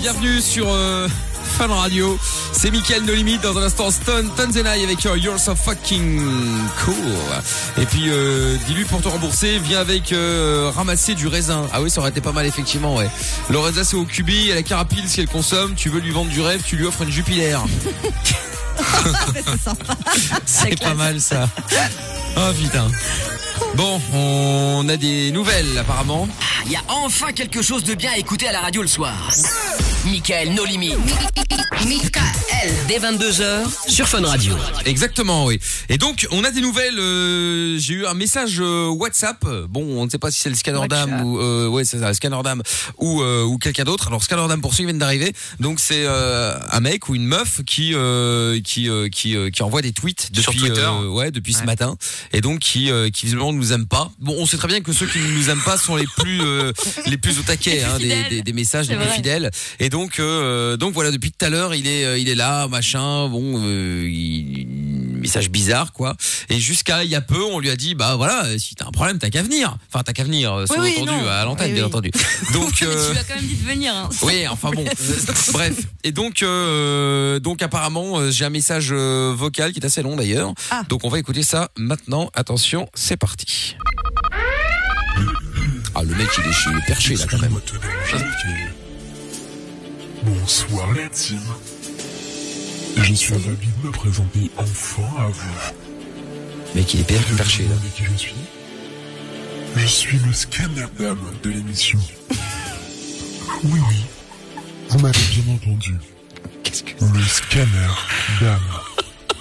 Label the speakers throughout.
Speaker 1: bienvenue sur euh, Fan Radio. C'est Mickaël No Limite dans un instant Stone Tanzenai avec euh, You're So Fucking Cool. Et puis euh, dis-lui pour te rembourser, viens avec euh, ramasser du raisin. Ah oui, ça aurait été pas mal effectivement, ouais. Le raisin c'est au cubi, à la carapile si elle consomme, tu veux lui vendre du rêve, tu lui offres une Jupiler.
Speaker 2: C'est sympa.
Speaker 1: C'est pas mal ça. Oh putain. Bon, on a des nouvelles apparemment.
Speaker 3: Il y a enfin quelque chose de bien à écouter à la radio le soir. Michael No Limit. Michael. Dès 22h sur Fun Radio.
Speaker 1: Exactement, oui. Et donc, on a des nouvelles. euh, J'ai eu un message euh, WhatsApp. Bon, on ne sait pas si c'est le scanner d'âme ou euh, ouais, c'est ça, le scanner d'âme ou euh, ou quelqu'un d'autre. Alors, scanner d'âme pour ceux qui viennent d'arriver. Donc, c'est euh, un mec ou une meuf qui euh, qui euh, qui euh, qui envoie des tweets depuis
Speaker 4: Sur Twitter.
Speaker 1: euh, ouais depuis ce matin. Et donc, qui euh, qui visiblement nous aime pas. Bon, on sait très bien que ceux qui ne nous aiment pas sont les plus euh, les plus au taquet hein, des, des, des messages les
Speaker 5: C'est
Speaker 1: plus
Speaker 5: vrai.
Speaker 1: fidèles. Et donc euh, donc voilà, depuis tout à l'heure, il est euh, il est là, machin. Bon, euh, il message bizarre quoi et jusqu'à il y a peu on lui a dit bah voilà euh, si t'as un problème t'as qu'à venir enfin t'as qu'à venir euh,
Speaker 5: Oui, oui,
Speaker 1: sous-entendu
Speaker 5: non.
Speaker 1: à l'antenne
Speaker 5: Oui,
Speaker 1: bien
Speaker 5: oui.
Speaker 1: entendu donc euh,
Speaker 5: Tu lui as quand même dit de venir. Hein.
Speaker 1: oui, enfin bon. Bref. Et donc, euh, donc apparemment, euh, j'ai un message euh, vocal qui est assez long d'ailleurs.
Speaker 2: Ah.
Speaker 1: Donc on va écouter ça maintenant. Attention, c'est parti. Ah, le mec, il est, il est perché là quand même.
Speaker 6: Bonsoir la team. Je suis ravi de me présenter enfin à vous.
Speaker 1: Le mec, il est per- perché là.
Speaker 6: Avec qui je suis Je suis le scanner d'âme de l'émission. Oui, oui. Vous m'avez bien entendu.
Speaker 1: Qu'est-ce que.
Speaker 6: Le scanner d'âme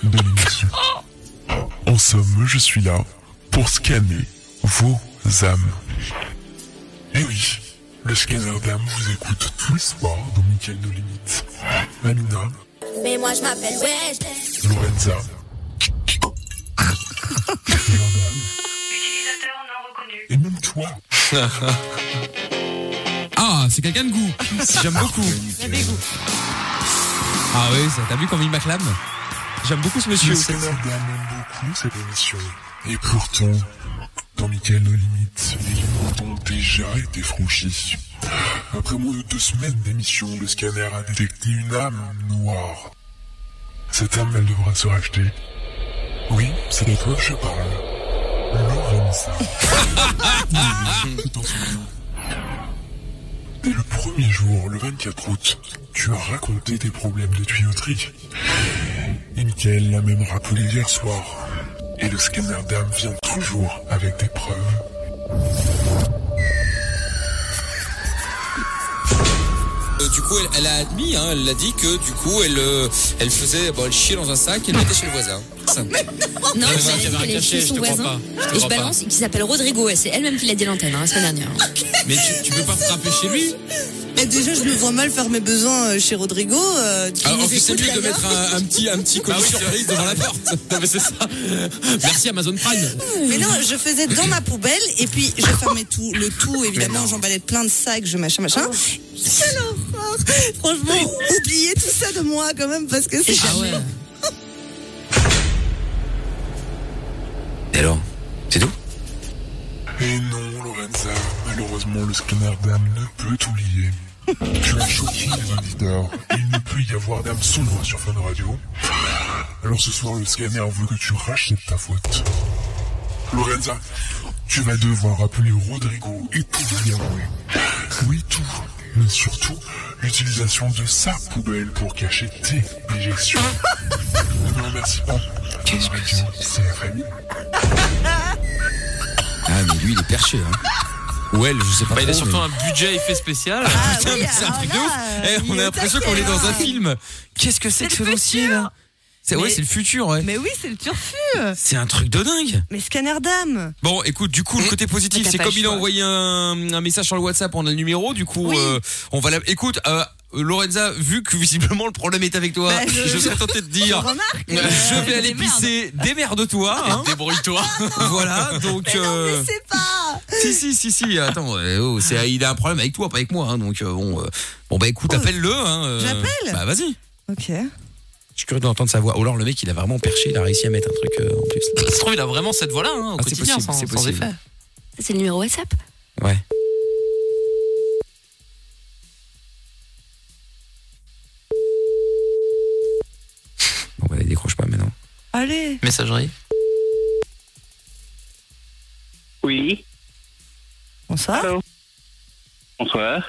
Speaker 6: de l'émission. En somme, je suis là pour scanner vos âmes. Eh oui, le scanner d'âme vous écoute tous les soirs dans Michael No Limite. Amina,
Speaker 7: Mais moi je m'appelle Wesley.
Speaker 6: Lorenza. Et même toi.
Speaker 1: Ah, c'est quelqu'un de goût. J'aime beaucoup. Ah oui, ça- t'as vu comme il m'acclame J'aime beaucoup ce monsieur.
Speaker 6: Le scanner d'âme aime beaucoup cette émission. Et pourtant, dans Michael No Limite, les limites ont déjà été franchies. Après moins de deux semaines d'émission, le scanner a détecté une âme noire. Cette âme, elle devra se racheter. Oui, c'est de toi que je parle. Lorenza. Dans son nom. Dès le premier jour, le 24 août, tu as raconté tes problèmes de tuyauterie. Et Michael l'a même rappelé hier soir. Et le scanner d'âme vient toujours avec des preuves.
Speaker 1: Euh, du coup, elle, elle a admis, hein, elle l'a dit que du coup, elle, euh, elle faisait, bon, elle chiait dans un sac et elle mettait chez le voisin. Ça.
Speaker 8: Non,
Speaker 1: Ouais, ouais,
Speaker 8: je balance
Speaker 1: Ah, j'avais
Speaker 8: qu'il
Speaker 1: rien
Speaker 8: est
Speaker 1: caché,
Speaker 8: chez
Speaker 1: je
Speaker 8: son
Speaker 1: te crois
Speaker 8: voisin.
Speaker 1: pas. Je te
Speaker 8: Et je
Speaker 1: crois pas.
Speaker 8: balance, qui s'appelle Rodrigo. et C'est elle-même qui l'a dit à l'antenne, hein, la semaine dernière.
Speaker 1: Mais tu, tu peux pas frapper chez lui.
Speaker 2: Mais déjà, je me vois mal faire mes besoins euh, chez Rodrigo. euh, qui
Speaker 1: Alors
Speaker 2: nous
Speaker 1: que Ah, c'est
Speaker 2: écoute,
Speaker 1: lui de
Speaker 2: d'ailleurs.
Speaker 1: mettre un, un petit, un petit colis surprise devant la porte. Non mais c'est ça. Merci Amazon Prime.
Speaker 2: Mais non, je faisais dans ma poubelle et puis je fermais tout, le tout évidemment, j'emballais plein de sacs, je machin machin.
Speaker 1: Ah.
Speaker 2: Quelle horreur Franchement, oubliez tout ça de moi quand même parce que c'est
Speaker 8: Ah ouais.
Speaker 1: Et alors, c'est tout.
Speaker 6: Et non, Lorenza, malheureusement, le scanner d'âme ne peut t'oublier. Tu as choqué les auditeurs. Il ne peut y avoir d'âme sombre sur Fun Radio. Alors ce soir, le scanner veut que tu rachètes ta faute. Lorenza, tu vas devoir appeler Rodrigo et tout lui avouer. Oui, tout. Mais surtout, l'utilisation de sa poubelle pour cacher tes déjections. Ne me remercie pas. Qu'est-ce que c'est C'est la famille.
Speaker 1: Ah mais lui il est perché. Hein. Ou elle, je sais pas.
Speaker 4: Bah, il a
Speaker 1: trop,
Speaker 4: surtout
Speaker 1: Oh, mais-
Speaker 4: un budget effet spécial.
Speaker 2: Ah
Speaker 1: Putain,
Speaker 2: oui,
Speaker 1: mais c'est un
Speaker 2: alors
Speaker 1: truc de
Speaker 2: là,
Speaker 1: ouf. Eh,
Speaker 2: euh,
Speaker 1: on
Speaker 2: il
Speaker 1: a
Speaker 2: est
Speaker 1: l'impression
Speaker 2: taquet,
Speaker 1: qu'on est dans un
Speaker 2: hein.
Speaker 1: film. Qu'est-ce que c'est que ce
Speaker 5: le
Speaker 1: dossier là C'est ouais,
Speaker 2: Mais-
Speaker 1: c'est le futur. Ouais.
Speaker 2: Mais oui, c'est le turfu.
Speaker 1: C'est un truc de dingue.
Speaker 2: Mais scanner d'âme.
Speaker 1: Bon, écoute, du
Speaker 2: Mm.
Speaker 1: coup, le côté positif,
Speaker 8: t'as
Speaker 1: c'est
Speaker 8: pas
Speaker 1: comme
Speaker 8: le
Speaker 1: il a
Speaker 8: choix.
Speaker 1: envoyé un, un message sur le WhatsApp, on a le numéro, du coup,
Speaker 2: Oui.
Speaker 1: euh, on va la... Écoute, euh, Lorenza, vu que visiblement le problème est avec toi,
Speaker 2: Bah, je-
Speaker 1: je, serais tenté de dire...
Speaker 2: Remarque.
Speaker 1: euh, Je vais aller
Speaker 8: démerde.
Speaker 1: pisser, démerde-toi, hein.
Speaker 4: Débrouille-toi.
Speaker 1: voilà. Donc,
Speaker 2: Non,
Speaker 1: euh,
Speaker 2: mais c'est pas.
Speaker 1: si, si, si, si. Attends, euh, oh, c'est, il a un problème avec toi, pas avec moi, hein, donc euh, bon, euh, bon bah écoute, appelle-le. Hein, euh,
Speaker 2: J'appelle
Speaker 1: Bah vas-y.
Speaker 2: Ok.
Speaker 1: Je suis curieux d'entendre sa voix. Ou alors le mec, il a vraiment perché, il a réussi à mettre un truc euh, en plus.
Speaker 4: Ça se trouve, il a vraiment cette voix-là hein, au
Speaker 1: Ah, c'est
Speaker 4: quotidien,
Speaker 1: possible,
Speaker 4: sans,
Speaker 1: c'est
Speaker 4: sans
Speaker 1: possible.
Speaker 4: effet.
Speaker 8: C'est le numéro WhatsApp.
Speaker 1: Ouais. bah,
Speaker 2: allez.
Speaker 4: Messagerie.
Speaker 5: Oui,
Speaker 2: Bonsoir.
Speaker 5: Allô bonsoir.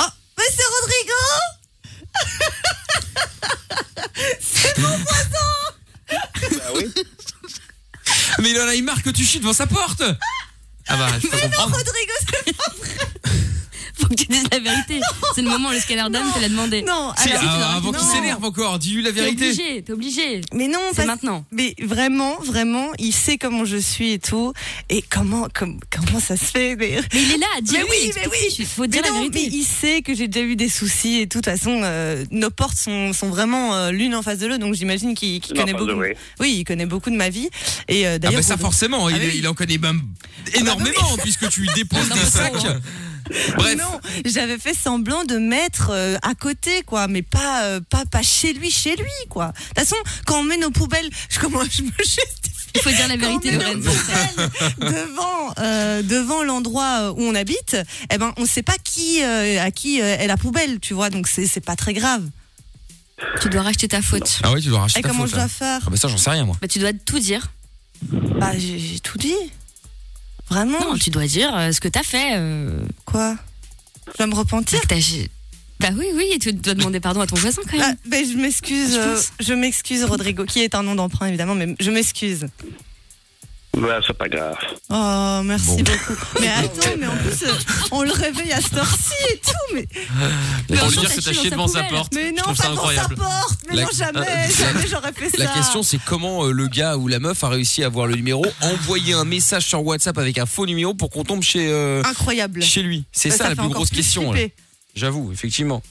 Speaker 2: Oh, mais c'est Rodrigo
Speaker 5: Bah oui.
Speaker 1: Mais il en a eu marre que tu chies devant sa porte.
Speaker 4: Ah bah, je peux comprendre.
Speaker 2: Rodrigo, c'est pas vrai.
Speaker 8: Faut que tu dises la vérité. C'est le moment où le scanner d'âme te l'a demandé.
Speaker 2: Non,
Speaker 1: Si,
Speaker 2: alors-
Speaker 1: ah, avant qu'il
Speaker 2: non.
Speaker 1: s'énerve encore, dis-lui la
Speaker 8: T'es
Speaker 1: vérité.
Speaker 8: obligé, t'es obligé.
Speaker 2: Mais non,
Speaker 8: C'est
Speaker 2: parce-
Speaker 8: maintenant.
Speaker 2: Mais vraiment, vraiment, il sait comment je suis et tout. Et comment, comme, comment ça se fait mais-
Speaker 8: Mais il est là, dis
Speaker 2: Mais oui,
Speaker 8: oui,
Speaker 2: mais
Speaker 8: explique,
Speaker 2: oui.
Speaker 8: je- faut
Speaker 2: Mais
Speaker 8: dire la
Speaker 2: non, mais
Speaker 8: vérité.
Speaker 2: il sait que j'ai déjà eu des soucis et tout. De toute façon, euh, nos portes sont, sont vraiment euh, l'une en face de l'autre. Donc j'imagine qu'il qu'il
Speaker 5: L'une en
Speaker 2: connaît
Speaker 5: face de
Speaker 2: beaucoup.
Speaker 5: l'autre,
Speaker 2: Oui, il connaît beaucoup de ma vie. Et euh,
Speaker 1: Ah
Speaker 2: d'ailleurs,
Speaker 1: bah ça
Speaker 2: Rodrigo-
Speaker 1: forcément, il,
Speaker 2: Ah
Speaker 1: est-
Speaker 2: oui.
Speaker 1: il en connaît ben énormément puisque tu lui déposes
Speaker 8: Non,
Speaker 1: des
Speaker 8: mais ça,
Speaker 1: sacs.
Speaker 8: hein.
Speaker 1: Bref,
Speaker 2: Non, j'avais fait semblant de mettre euh, à côté, quoi, mais pas, euh, pas, pas chez lui, chez lui, quoi. De toute façon, quand on met nos poubelles, je commence, je me justifie.
Speaker 8: Il faut dire la
Speaker 2: Quand on
Speaker 8: vérité,
Speaker 2: met nos
Speaker 8: Lorenzo.
Speaker 2: poubelles devant, euh, devant l'endroit euh, où on habite, eh ben, on sait pas qui, euh, à qui euh, est la poubelle, tu vois, donc c'est c'est pas très grave.
Speaker 8: Tu dois racheter ta faute.
Speaker 1: ah oui, tu dois racheter
Speaker 2: Et
Speaker 1: ta
Speaker 2: comment
Speaker 1: faute,
Speaker 2: je dois
Speaker 1: là.
Speaker 2: faire
Speaker 1: Ah bah ça j'en sais rien moi.
Speaker 8: Bah, tu dois tout dire.
Speaker 2: Bah, j'ai j'ai tout dit. Vraiment
Speaker 8: Non, tu dois dire euh, ce que t'as fait. euh,
Speaker 2: Quoi Je dois me repentir
Speaker 8: que t'as agi- Bah oui, oui, et tu dois demander pardon à ton voisin quand
Speaker 2: Ah,
Speaker 8: même.
Speaker 2: ben, je m'excuse,
Speaker 8: Je
Speaker 2: euh,
Speaker 8: pense.
Speaker 2: je m'excuse Rodrigo, qui est un nom d'emprunt évidemment, mais je m'excuse.
Speaker 5: Bah, c'est pas grave.
Speaker 2: Oh, merci beaucoup. Mais attends, mais en plus, euh, on le réveille à cette heure-ci et tout, mais,
Speaker 4: Pour
Speaker 8: on
Speaker 4: lui
Speaker 8: s'en
Speaker 4: dire que
Speaker 8: fiche,
Speaker 4: t'as
Speaker 8: on
Speaker 4: chié
Speaker 8: s'en
Speaker 4: devant sa
Speaker 8: poubelle.
Speaker 4: porte.
Speaker 2: mais
Speaker 4: Je
Speaker 2: non,
Speaker 4: trouve
Speaker 2: pas
Speaker 4: ça
Speaker 2: dans sa
Speaker 4: incroyable.
Speaker 2: porte, mais
Speaker 1: La-
Speaker 2: non,
Speaker 1: euh,
Speaker 2: jamais, jamais j'aurais fait ça.
Speaker 1: La question, c'est comment euh, le gars ou la meuf a réussi à avoir le numéro, envoyer un message sur WhatsApp avec un faux numéro pour qu'on tombe chez euh,
Speaker 2: Incroyable.
Speaker 1: chez lui. C'est
Speaker 2: Ah, Bah,
Speaker 1: ça, la
Speaker 2: fait
Speaker 1: plus
Speaker 2: encore
Speaker 1: grosse question. là.
Speaker 2: flipper.
Speaker 1: J'avoue, effectivement.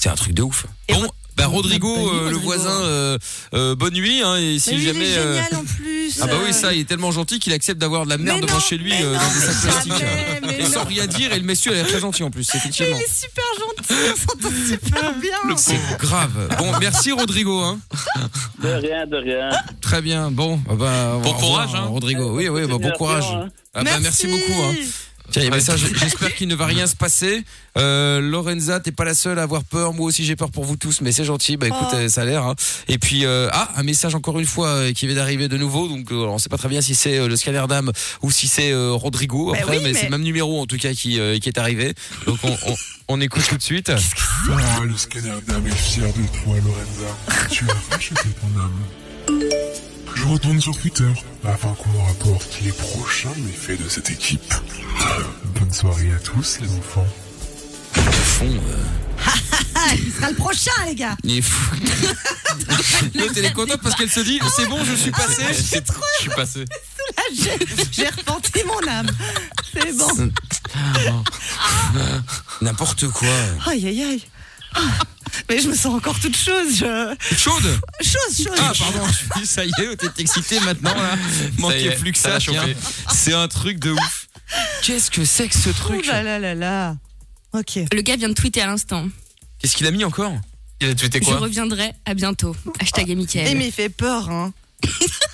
Speaker 1: C'est un truc de ouf.
Speaker 2: Et
Speaker 1: Bon,
Speaker 2: Rod-
Speaker 1: bah Rodrigo,
Speaker 8: Bah, oui,
Speaker 1: euh, le
Speaker 8: Rodrigo.
Speaker 1: voisin, euh, euh, bonne nuit. hein, et si
Speaker 2: Mais lui,
Speaker 1: jamais.
Speaker 2: hein. il est
Speaker 1: euh,
Speaker 2: génial en plus.
Speaker 1: Ah bah oui,
Speaker 2: euh,
Speaker 1: ça, il est tellement gentil qu'il accepte d'avoir de la merde
Speaker 2: mais
Speaker 1: devant
Speaker 2: non,
Speaker 1: chez lui
Speaker 2: mais
Speaker 1: euh,
Speaker 2: non,
Speaker 1: dans des sacs
Speaker 2: mais
Speaker 1: plastiques.
Speaker 2: jamais, mais
Speaker 1: Et sans
Speaker 2: non.
Speaker 1: rien dire, et le monsieur, elle est très gentil en plus,
Speaker 2: Mais
Speaker 1: effectivement.
Speaker 2: il est super gentil, on s'entend
Speaker 1: Ah,
Speaker 2: super bien.
Speaker 1: C'est grave. Bon, merci Rodrigo. Hein.
Speaker 5: De rien, de rien.
Speaker 1: Très bien. Bon, bah, bah,
Speaker 4: Bon
Speaker 1: au revoir,
Speaker 4: courage, hein.
Speaker 1: Rodrigo. Oui, oui, bah, bon courage.
Speaker 5: Hein.
Speaker 1: Ah bah, merci beaucoup. hein. Tiens, il y a un message. J'espère qu'il ne va rien se passer. Euh, Lorenza, t'es pas la seule à avoir peur. Moi aussi, j'ai peur pour vous tous, mais c'est gentil. Bah écoute,
Speaker 2: Oh.
Speaker 1: euh, ça a l'air. hein. Et puis, euh, ah, un message encore une fois euh, qui vient d'arriver de nouveau. Donc, euh, on sait pas très bien si c'est euh, le scanner d'âme ou si c'est euh, Rodrigo.
Speaker 2: Bah
Speaker 1: Après,
Speaker 2: oui,
Speaker 1: mais,
Speaker 2: mais-
Speaker 1: c'est le même numéro en tout cas qui, euh, qui est arrivé. Donc, on, on, on écoute tout de suite.
Speaker 6: Ah, le scanner d'âme est fier de toi, Lorenza. Tu as racheté ton âme. Je retourne sur Twitter afin qu'on me rapporte les prochains méfaits de cette équipe. Bonne soirée à tous, les enfants.
Speaker 1: Au fond, euh,
Speaker 2: Il sera le prochain, les gars.
Speaker 1: il est fou. L'autre, elle est contente parce qu'elle se dit c'est bon, je suis passé.
Speaker 4: Je suis passé.
Speaker 2: Ah, j'ai- J'ai repenti mon âme. C'est bon.
Speaker 1: N'importe quoi.
Speaker 2: Aïe, aïe, aïe. Ah, Mais je me sens encore toute chose. Je...
Speaker 1: Chaude.
Speaker 2: Chose, chose.
Speaker 1: Ah pardon, je suis- ça y est, t'es excité maintenant là.
Speaker 4: y
Speaker 1: Manquez
Speaker 4: est,
Speaker 1: plus que
Speaker 4: ça
Speaker 1: ça,
Speaker 4: l'a chopé.
Speaker 1: tiens. C'est un truc de ouf. Qu'est-ce que c'est que ce
Speaker 2: Ouh
Speaker 1: truc
Speaker 2: Oh là là là là. Ok.
Speaker 8: Le gars vient de tweeter à l'instant.
Speaker 1: Qu'est-ce qu'il a mis encore
Speaker 4: Il a tweeté
Speaker 8: Je
Speaker 4: quoi
Speaker 8: reviendrai à bientôt. Hashtag et Mickaël.
Speaker 2: Et mais il fait peur, hein.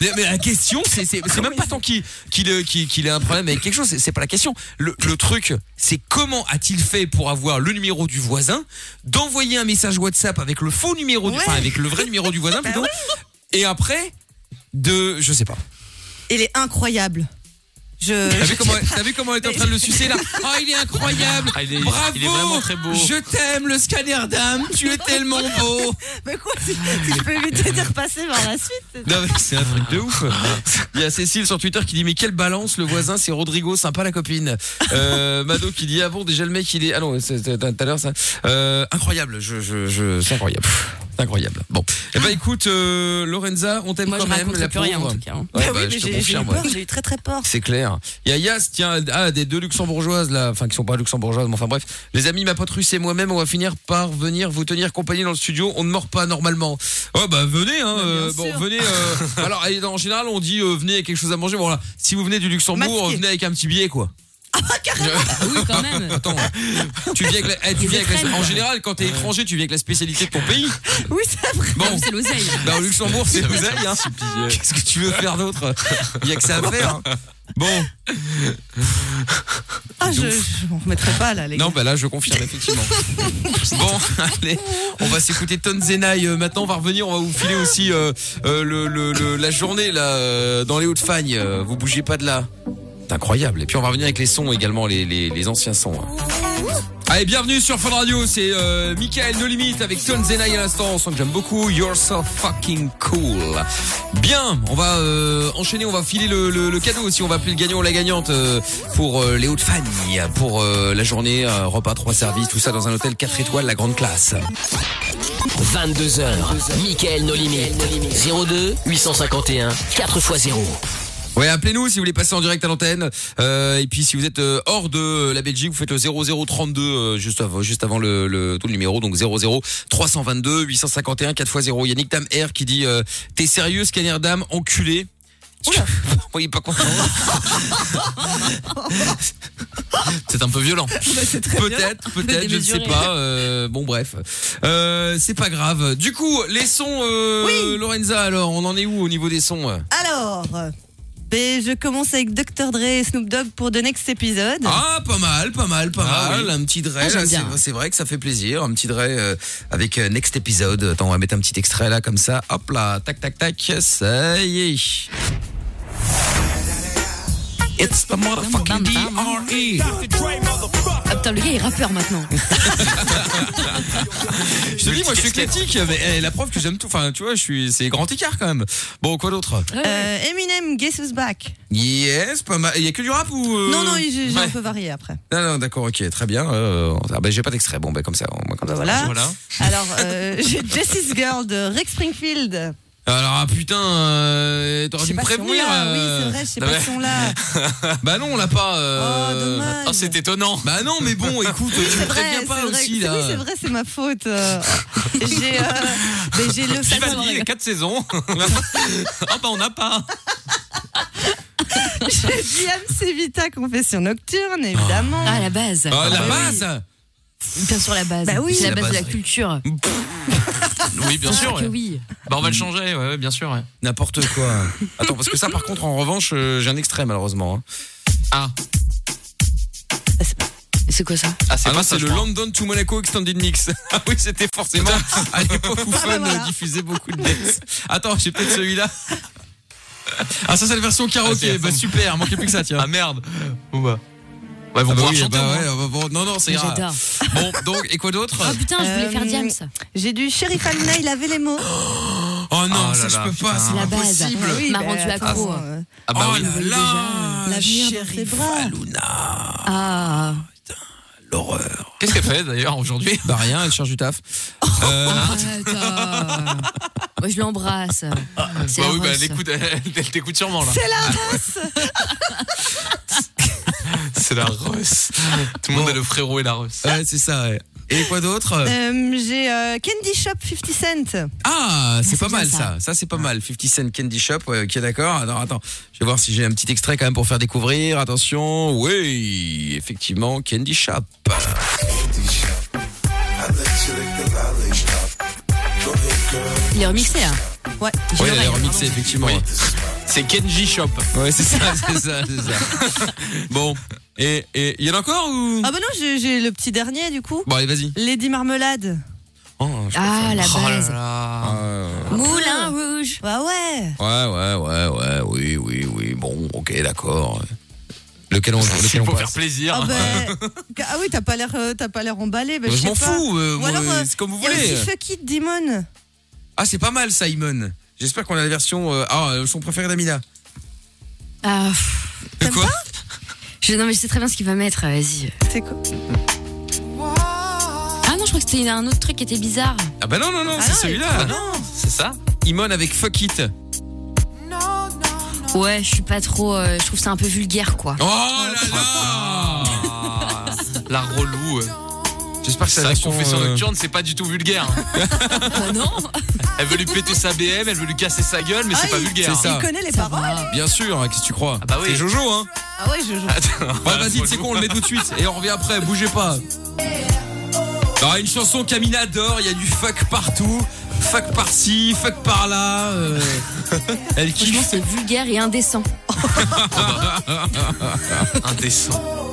Speaker 1: mais, mais la question, c'est c'est- c'est même pas tant qu'il qu'il euh, qu'il- qu'il ait un problème avec quelque chose, c'est- c'est pas la question. Le, le truc, c'est comment a-t-il fait pour avoir le numéro du voisin, d'envoyer un message WhatsApp avec le faux numéro, du,
Speaker 2: Ouais.
Speaker 1: enfin avec le vrai numéro du voisin plutôt, et après de, je sais pas.
Speaker 2: Il est incroyable. Je.
Speaker 1: T'as vu comment, t'as vu comment elle était en train de le sucer là Oh, il est incroyable
Speaker 4: Ah, il est-
Speaker 1: Bravo
Speaker 4: il est vraiment très beau.
Speaker 1: Je t'aime, le scanner d'âme, tu es tellement beau
Speaker 2: Mais quoi, si, si je peux éviter de repasser vers la suite. c'est-
Speaker 1: Non, mais c'est un truc de ouf Il y a Cécile sur Twitter qui dit Mais quelle balance, le voisin, c'est Rodrigo, sympa la copine euh, Mado qui dit Ah bon, déjà le mec, il est. Ah non, c'est- c'est- tout à l'heure ça. Euh, incroyable, je, je, je, c'est incroyable. C'est incroyable. Bon, eh ben écoute, euh, Lorenza, on t'aime
Speaker 8: Moi, je
Speaker 1: quand même,
Speaker 8: raconte
Speaker 1: la
Speaker 8: plus rien en
Speaker 1: pauvre.
Speaker 8: tout cas. hein.
Speaker 1: Ouais,
Speaker 2: Bah
Speaker 1: bah,
Speaker 2: oui,
Speaker 1: je
Speaker 2: mais
Speaker 1: te
Speaker 2: j'ai j'ai eu
Speaker 1: confirme. ouais.
Speaker 2: peur, j'ai eu très très peur.
Speaker 1: C'est clair. Il y a Yas, tiens, ah, des deux luxembourgeoises, là, enfin, qui sont pas luxembourgeoises, mais enfin, bref. Les amis, ma pote russe et moi-même, on va finir par venir vous tenir compagnie dans le studio. On ne mord pas normalement. Oh, bah, venez, hein,
Speaker 2: Bah, bien
Speaker 1: euh, bon,
Speaker 2: sûr.
Speaker 1: venez, euh, alors, allez, en général, on dit, euh, venez avec quelque chose à manger. Bon, voilà. Si vous venez du Luxembourg,
Speaker 2: Masqué.
Speaker 1: venez avec un petit billet, quoi.
Speaker 8: Oui, quand même.
Speaker 1: Attends, tu viens avec la- eh, tu
Speaker 8: Les
Speaker 1: viens avec la-
Speaker 8: extrêmes,
Speaker 1: en
Speaker 8: quoi.
Speaker 1: général, quand t'es étranger, tu viens avec la spécialité de ton pays.
Speaker 2: Oui, c'est vrai.
Speaker 1: Bon,
Speaker 8: C'est l'oseille.
Speaker 1: bah, au Luxembourg, c'est l'oseille, hein.
Speaker 2: euh.
Speaker 1: Qu'est-ce que tu veux faire d'autre Il y a que ça à faire. hein. Bon,
Speaker 2: Ah, je, je m'en remettrai pas là, les gars.
Speaker 1: non, bah là, je confirme, effectivement. Bon, allez, on va s'écouter Tonzenai. euh, maintenant, on va revenir, on va vous filer aussi euh, euh, le, le- le- la journée là, euh, dans les Hauts-de-Fagne. Euh, vous bougez pas de là. C'est incroyable. Et puis, on va revenir avec les sons également, les, les, les anciens sons. hein. Allez, bienvenue sur Fun Radio, c'est euh, Michael No Limite avec Tonzenai à l'instant, son que j'aime beaucoup, You're So Fucking Cool. Bien, on va euh, enchaîner, on va filer le, le- le cadeau aussi, on va appeler le gagnant ou la gagnante euh, pour euh, les hauts de famille, pour euh, la journée, euh, repas, trois services, tout ça dans un hôtel 4 étoiles, la grande classe.
Speaker 3: 22h, Michael No Limit. 02 851 4x0.
Speaker 1: Ouais, appelez-nous si vous voulez passer en direct à l'antenne. Euh, et puis si vous êtes euh, hors de euh, la Belgique, vous faites le 0032 euh, juste avant, juste avant le, le- tout le numéro, donc 00 322 851 4x0. Yannick Tam R qui dit euh, T'es sérieux, scanner dame, enculé Oula Vous voyez pas quoi
Speaker 4: C'est un peu violent.
Speaker 1: Peut-être, peut-être, je ne sais
Speaker 8: démesuré.
Speaker 1: pas. euh, bon, bref, euh, c'est pas grave. Du coup, les sons, euh, Lorenza. Alors, on en est où au niveau des sons euh
Speaker 2: Alors, ben, je commence avec Dr. Dre et Snoop Dogg pour The Next épisode.
Speaker 1: Ah, pas mal, pas mal, pas
Speaker 4: Ah
Speaker 1: mal.
Speaker 4: oui.
Speaker 1: Un petit Dre,
Speaker 8: Ah, j'aime
Speaker 1: là, c'est
Speaker 8: bien.
Speaker 1: vrai- c'est vrai que ça fait plaisir. Un petit Dre euh, avec euh, Next épisode. Attends, on va mettre un petit extrait là, comme ça. Hop là, tac, tac, tac. Ça y est. It's the motherfucking E. DRE.
Speaker 8: Ah, putain, le gars est rappeur maintenant.
Speaker 1: Je te dis, moi, je suis éclectique, mais eh, la preuve que j'aime tout. Enfin, tu vois, je suis, c'est grand écart quand même. Bon, quoi d'autre
Speaker 2: Euh, Eminem, Guess Who's Back.
Speaker 1: Yes, pas mal. Il y a que du rap ou euh,
Speaker 2: Non, non, j'ai j'ai
Speaker 1: ouais.
Speaker 2: un peu varié après.
Speaker 1: Non, non, d'accord, ok, très bien. Euh, ah, ben, j'ai pas d'extrait. Bon, ben, comme ça, on- moi, comme ça.
Speaker 2: Bah, voilà.
Speaker 4: Voilà.
Speaker 2: Alors, euh, j'ai Jessie's Girl de Rex Springfield.
Speaker 1: Alors, ah, putain, euh,
Speaker 2: Je
Speaker 1: t'aurais
Speaker 2: sais
Speaker 1: dû me
Speaker 2: pas si on
Speaker 1: prévenir.
Speaker 2: l'a. Oui,
Speaker 1: euh.
Speaker 2: c'est vrai, je sais
Speaker 1: Ah,
Speaker 2: pas
Speaker 1: ouais.
Speaker 2: si on l'a.
Speaker 1: Bah non, on l'a pas.
Speaker 2: Oh,
Speaker 1: euh,
Speaker 2: dommage.
Speaker 4: Oh, c'est étonnant.
Speaker 1: Bah non, mais bon, écoute, tu me
Speaker 2: C'est vrai,
Speaker 1: préviens
Speaker 2: c'est
Speaker 1: pas
Speaker 2: vrai.
Speaker 1: aussi
Speaker 2: C'est-
Speaker 1: là.
Speaker 2: Oui, c'est vrai, c'est ma faute. euh. j'ai euh, ben, j'ai le
Speaker 4: Vivaldi, les 4 saisons.
Speaker 1: Oh,
Speaker 4: Ah bah on n'a pas.
Speaker 2: J'ai Diam Sevita, Confession Nocturne, évidemment.
Speaker 8: Ah, la base.
Speaker 1: Ah, la
Speaker 8: Oui,
Speaker 1: base
Speaker 8: oui. Bien sûr, la base.
Speaker 2: Bah oui.
Speaker 8: C'est la
Speaker 1: La
Speaker 8: base, de
Speaker 1: base.
Speaker 8: la culture. Ah,
Speaker 4: Oui, bien sûr.
Speaker 8: que
Speaker 4: ouais.
Speaker 8: oui.
Speaker 4: Bah on va le changer, ouais, ouais, bien sûr. ouais.
Speaker 1: N'importe quoi. Attends, parce que ça, par contre, en revanche, euh, j'ai un extrait malheureusement. hein.
Speaker 4: Ah,
Speaker 8: C'est quoi ça
Speaker 4: ah c'est
Speaker 1: Ah
Speaker 4: pas
Speaker 1: non,
Speaker 4: ça,
Speaker 1: c'est
Speaker 4: je
Speaker 1: le
Speaker 4: crois.
Speaker 1: London to Monaco Extended Mix. Ah oui, c'était forcément à l'époque où Fun
Speaker 2: Ah, bah voilà.
Speaker 1: euh, diffusait beaucoup de dance. Attends, j'ai peut-être celui-là. Ah, ça, c'est la version
Speaker 4: Ah,
Speaker 1: karaoké.
Speaker 4: c'est-
Speaker 1: bah super, manquait plus que ça, tiens.
Speaker 4: Ah merde. Bon bah.
Speaker 1: Ah,
Speaker 4: Ouais, vous
Speaker 1: bah
Speaker 4: pouvoir
Speaker 1: oui,
Speaker 4: chanter. hein.
Speaker 1: bah
Speaker 4: au moins.
Speaker 1: ouais, bah bon, non, non, c'est grave.
Speaker 8: J'adore.
Speaker 1: Bon, donc, et quoi d'autre
Speaker 8: Oh putain, je voulais
Speaker 2: Euh,
Speaker 8: faire Diams. C'est
Speaker 2: J'ai du Sheriff Amna, il avait les mots.
Speaker 1: Oh non,
Speaker 4: Ah
Speaker 1: ça,
Speaker 4: là
Speaker 1: je
Speaker 4: là,
Speaker 1: peux pas,
Speaker 4: putain.
Speaker 1: c'est
Speaker 8: la
Speaker 1: pas
Speaker 8: base.
Speaker 1: possible.
Speaker 2: Ah oui,
Speaker 8: M'a
Speaker 2: bah,
Speaker 8: rendu
Speaker 2: attends,
Speaker 8: accro.
Speaker 2: euh,
Speaker 4: Ah bah
Speaker 1: oh
Speaker 4: oui.
Speaker 1: là là,
Speaker 8: euh,
Speaker 2: L'avenir dans ses
Speaker 1: Sheriff
Speaker 2: bras.
Speaker 1: Aluna,
Speaker 8: Ah,
Speaker 1: l'horreur.
Speaker 4: Qu'est-ce qu'elle fait d'ailleurs aujourd'hui
Speaker 1: Bah rien, elle cherche du taf. Euh,
Speaker 8: Ah, Attends. Moi, je l'embrasse. C'est
Speaker 4: Bah
Speaker 8: la
Speaker 4: oui, bah
Speaker 8: Russe.
Speaker 4: elle écoute, elle, elle t'écoute sûrement là. C'est la Russe C'est la Russe Tout le monde
Speaker 1: Bon.
Speaker 4: est le frérot et la Russe.
Speaker 1: ouais, c'est ça, ouais. Et quoi d'autre
Speaker 2: euh, J'ai euh, Candy Shop 50 Cent.
Speaker 1: Ah, c'est
Speaker 8: c'est
Speaker 1: pas
Speaker 8: bien
Speaker 1: mal
Speaker 8: ça.
Speaker 1: ça. Ça, c'est pas mal. 50 Cent Candy Shop, ouais, ok, d'accord. Alors, attends, je vais voir si j'ai un petit extrait quand même pour faire découvrir. Attention, oui, effectivement, Candy Shop.
Speaker 8: Il est remixé là.
Speaker 2: Ouais,
Speaker 1: Oui,
Speaker 8: l'oreille,
Speaker 1: elle est remixée,
Speaker 8: pardon.
Speaker 1: effectivement.
Speaker 4: Oui. C'est Kenji Shop.
Speaker 1: Ouais, c'est ça, c'est ça, c'est ça. Bon, et il et, y en a encore ou
Speaker 2: Ah bah non, j'ai j'ai le petit dernier du coup.
Speaker 1: Bon, allez, vas-y.
Speaker 2: Lady Marmelade.
Speaker 1: Oh, je-
Speaker 8: Ah, la
Speaker 4: Oh là
Speaker 8: base.
Speaker 4: là.
Speaker 1: Euh,
Speaker 8: Moulin Rouge.
Speaker 2: Bah ouais.
Speaker 1: Ah, Ouais, ouais, ouais, ouais, oui, oui, oui. Bon, ok, d'accord. Lequel on, lequel
Speaker 4: Il
Speaker 1: on
Speaker 4: faut faire
Speaker 1: passe
Speaker 4: plaisir.
Speaker 2: Ah, bah, ah oui, t'as pas l'air euh, t'as pas l'air emballé. Bah,
Speaker 1: Moi, Je
Speaker 2: je sais
Speaker 1: m'en
Speaker 2: pas.
Speaker 1: fous, euh,
Speaker 2: Ou
Speaker 1: moi,
Speaker 2: alors, euh,
Speaker 1: c'est comme vous
Speaker 2: Il y a
Speaker 1: voulez.
Speaker 2: aussi Fuck It Demon.
Speaker 1: Ah, c'est pas mal, Simon. J'espère qu'on a la version. euh, ah, euh, son préféré d'Amina.
Speaker 8: Ah, pff.
Speaker 2: T'aimes
Speaker 1: Quoi
Speaker 8: Je- non, mais je sais très bien ce qu'il va mettre. Vas-y.
Speaker 2: C'est quoi
Speaker 8: Ah non, je crois que c'était un autre truc qui était bizarre.
Speaker 1: Ah, bah non, non, non,
Speaker 2: Ah
Speaker 1: c'est
Speaker 2: non,
Speaker 1: celui-là.
Speaker 4: non, c'est ça
Speaker 1: Imon avec Fuck It.
Speaker 8: Ouais, je suis pas trop. euh, je trouve ça un peu vulgaire, quoi.
Speaker 1: Oh là là
Speaker 4: Ah, La relou. euh.
Speaker 1: J'espère que c'est
Speaker 4: Sa
Speaker 1: la version.
Speaker 4: confession
Speaker 1: euh,
Speaker 4: nocturne, c'est pas du tout vulgaire. hein.
Speaker 8: Bah non.
Speaker 4: Elle veut lui péter sa BM, elle veut lui casser sa gueule, mais
Speaker 2: Ah,
Speaker 4: c'est pas
Speaker 2: il-
Speaker 4: vulgaire.
Speaker 1: c'est ça.
Speaker 2: Il connaît les
Speaker 8: Ça
Speaker 2: paroles.
Speaker 8: va.
Speaker 1: Bien sûr, hein, qu'est-ce que tu crois
Speaker 4: bah oui.
Speaker 1: C'est Jojo, hein
Speaker 2: Ah ouais, je joue.
Speaker 1: Ouais, vas-y, c'est con, on le met tout de suite et on revient après, bougez pas. Ah, une chanson Camina adore, il y a du fuck partout, fuck par-ci, fuck par-là. euh, Elle
Speaker 8: Franchement,
Speaker 1: kiffe.
Speaker 8: c'est vulgaire et indécent.
Speaker 4: Indécent.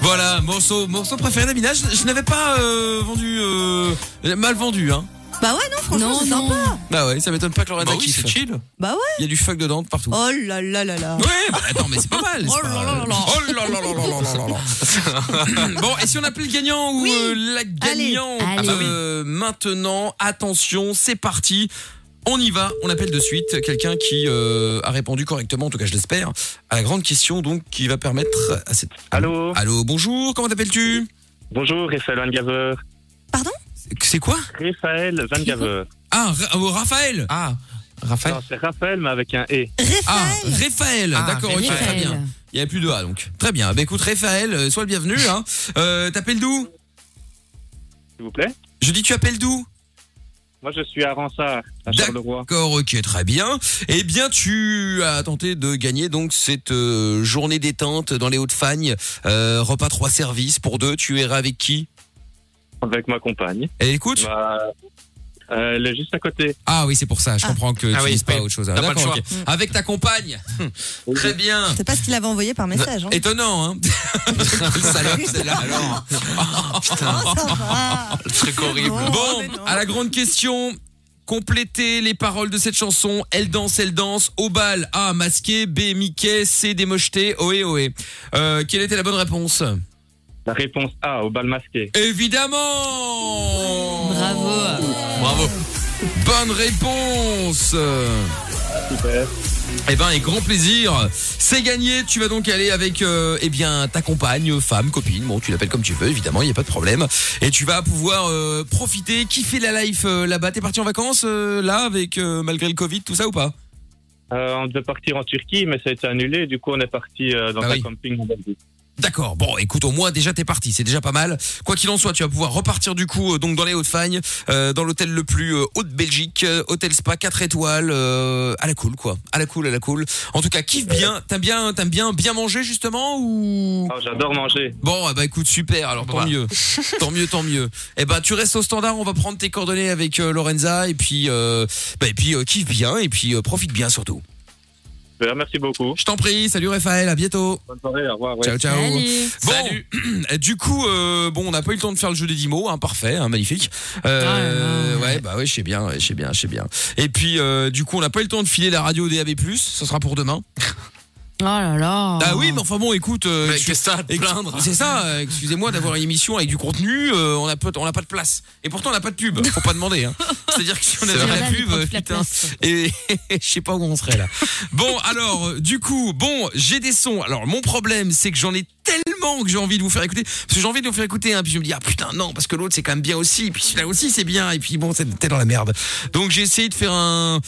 Speaker 1: Voilà, morceau, morceau préféré d'Amina. Je, je n'avais pas euh, vendu, euh, mal vendu, hein.
Speaker 2: Bah ouais, non, franchement,
Speaker 8: Non,
Speaker 2: c'est
Speaker 8: non.
Speaker 2: sympa.
Speaker 1: Bah ouais, ça m'étonne pas que Lorena
Speaker 4: Bah oui,
Speaker 1: kiffe.
Speaker 4: c'est chill.
Speaker 2: Bah ouais.
Speaker 1: Il y a du fuck dedans de partout.
Speaker 2: Oh là là là là.
Speaker 1: Ouais, bah attends, mais c'est pas mal. c'est
Speaker 2: Oh
Speaker 1: pas-
Speaker 2: là là là là.
Speaker 1: Oh là là là là là là là. Bon, et si on appelle le gagnant ou
Speaker 2: Oui. Ah
Speaker 1: euh, la gagnante
Speaker 8: Allez.
Speaker 2: bah
Speaker 1: euh, maintenant, attention, c'est parti. On y va, on appelle de suite quelqu'un qui euh, a répondu correctement, en tout cas je l'espère, à la grande question donc qui va permettre à cette...
Speaker 5: Allô
Speaker 1: Allô, bonjour, comment t'appelles-tu
Speaker 5: Bonjour, Raphaël Van Gaveur.
Speaker 1: C'est quoi
Speaker 5: Raphaël Van Gaveur.
Speaker 1: Ah, Ra- oh, Raphaël
Speaker 4: Ah, Raphaël.
Speaker 5: Non, c'est Raphaël, mais avec un E.
Speaker 1: Ah,
Speaker 2: Raphaël.
Speaker 1: Raphaël,
Speaker 4: Ah,
Speaker 1: d'accord, ok, très
Speaker 8: Raphaël.
Speaker 1: bien. Il n'y avait plus de A donc. Très bien, bah écoute Raphaël, euh, sois le bienvenu. Hein. Euh, t'appelles d'où
Speaker 5: S'il vous plaît.
Speaker 1: Je dis tu appelles d'où
Speaker 5: Moi, je suis à Ransard, à
Speaker 1: D'ac-
Speaker 5: Charleroi.
Speaker 1: D'accord, ok, très bien. Eh bien, tu as tenté de gagner donc cette euh, journée détente dans les Hauts-de-Fagne. Euh, repas trois services pour deux. Tu iras avec qui
Speaker 5: Avec ma compagne.
Speaker 1: Eh, Écoute.
Speaker 5: Bah, euh, elle est juste à côté.
Speaker 1: Ah oui, c'est pour ça. Je
Speaker 2: Ah.
Speaker 1: comprends que
Speaker 4: Ah
Speaker 1: tu
Speaker 4: oui,
Speaker 1: dises pas
Speaker 4: oui.
Speaker 1: autre chose. Ah,
Speaker 4: T'as pas le
Speaker 1: d'accord,
Speaker 4: choix.
Speaker 1: ok. Avec ta compagne. très bien.
Speaker 2: C'est pas ce qu'il avait envoyé par message. Hein.
Speaker 1: Étonnant, hein Quelle salope, celle-là. Alors,
Speaker 2: Oh, ça va.
Speaker 4: Le truc horrible.
Speaker 2: Oh, mais
Speaker 1: Bon, Ah,
Speaker 2: non.
Speaker 1: à la grande question. Complétez les paroles de cette chanson. Elle danse, elle danse. Au bal. A. Masqué. B. Mickey. C. Démocheté. Ohé, ohé. Euh, quelle était la bonne réponse
Speaker 5: La réponse A, au bal masqué.
Speaker 1: Évidemment
Speaker 8: Bravo.
Speaker 1: Bravo Bonne réponse
Speaker 5: Super.
Speaker 1: Eh ben, et grand plaisir C'est gagné, tu vas donc aller avec euh, eh bien, ta compagne, femme, copine, bon, tu l'appelles comme tu veux, évidemment, il n'y a pas de problème. Et tu vas pouvoir euh, profiter, kiffer la life euh, là-bas. T'es parti en vacances, euh, là, avec euh, malgré le Covid, tout ça ou pas
Speaker 5: Euh, on devait partir en Turquie, mais ça a été annulé. Du coup, on est parti euh, dans
Speaker 1: Ah
Speaker 5: un
Speaker 1: oui.
Speaker 5: camping en Belgique.
Speaker 1: D'accord. Bon, écoute, au moins déjà t'es parti, c'est déjà pas mal. Quoi qu'il en soit, tu vas pouvoir repartir du coup euh, donc dans les Hauts-de-Fagne, euh, dans l'hôtel le plus euh, haut de Belgique, euh, hôtel spa 4 étoiles, euh, à la cool quoi, à la cool, à la cool. En tout cas, kiffe bien. T'aimes bien, t'aimes bien, bien manger justement ou
Speaker 5: Ah, J'adore manger.
Speaker 1: Bon, eh ben écoute, super. Alors tant
Speaker 4: Bah.
Speaker 1: mieux, tant mieux, tant mieux. Eh ben tu restes au standard. On va prendre tes coordonnées avec euh, Lorenza et puis euh, bah, et puis euh, kiffe bien et puis euh, profite bien surtout.
Speaker 5: Super, Merci beaucoup.
Speaker 1: Je t'en prie. Salut Raphaël, à bientôt.
Speaker 5: Bonne soirée, au revoir. ouais.
Speaker 1: Ciao ciao.
Speaker 8: Salut.
Speaker 1: Bon,
Speaker 4: Salut.
Speaker 1: du coup, euh, bon, on n'a pas eu le temps de faire le jeu des 10 mots, hein, parfait, hein, magnifique. Euh,
Speaker 8: Ah,
Speaker 1: ouais, bah ouais, je sais bien, je sais bien, je sais bien. Et puis, euh, du coup, on n'a pas eu le temps de filer la radio DAB+, ce sera pour demain.
Speaker 8: Oh là là.
Speaker 1: Ah oui, mais enfin bon, écoute... euh,
Speaker 4: Mais
Speaker 1: tu-
Speaker 4: que ça à te
Speaker 1: ex-
Speaker 4: plaindre.
Speaker 1: C'est ça, euh, excusez-moi d'avoir une émission avec du contenu, euh, on n'a pas, on n'a pas de place. Et pourtant, on n'a pas de pub, faut pas demander. Hein. C'est-à-dire que si on
Speaker 8: C'est
Speaker 1: avait
Speaker 8: vrai.
Speaker 1: la
Speaker 8: Jordan, il
Speaker 1: pub,
Speaker 8: prend toute la
Speaker 1: putain,
Speaker 8: place.
Speaker 1: et je sais pas où on serait là. Bon, alors, euh, du coup, bon, j'ai des sons. Alors, mon problème, c'est que j'en ai tellement que j'ai envie de vous faire écouter. Parce que j'ai envie de vous faire écouter, hein, puis je me dis, ah putain, non, parce que l'autre, c'est quand même bien aussi, puis celui-là aussi, c'est bien, et puis bon, c'est t'es dans la merde. Donc, j'ai essayé de faire un.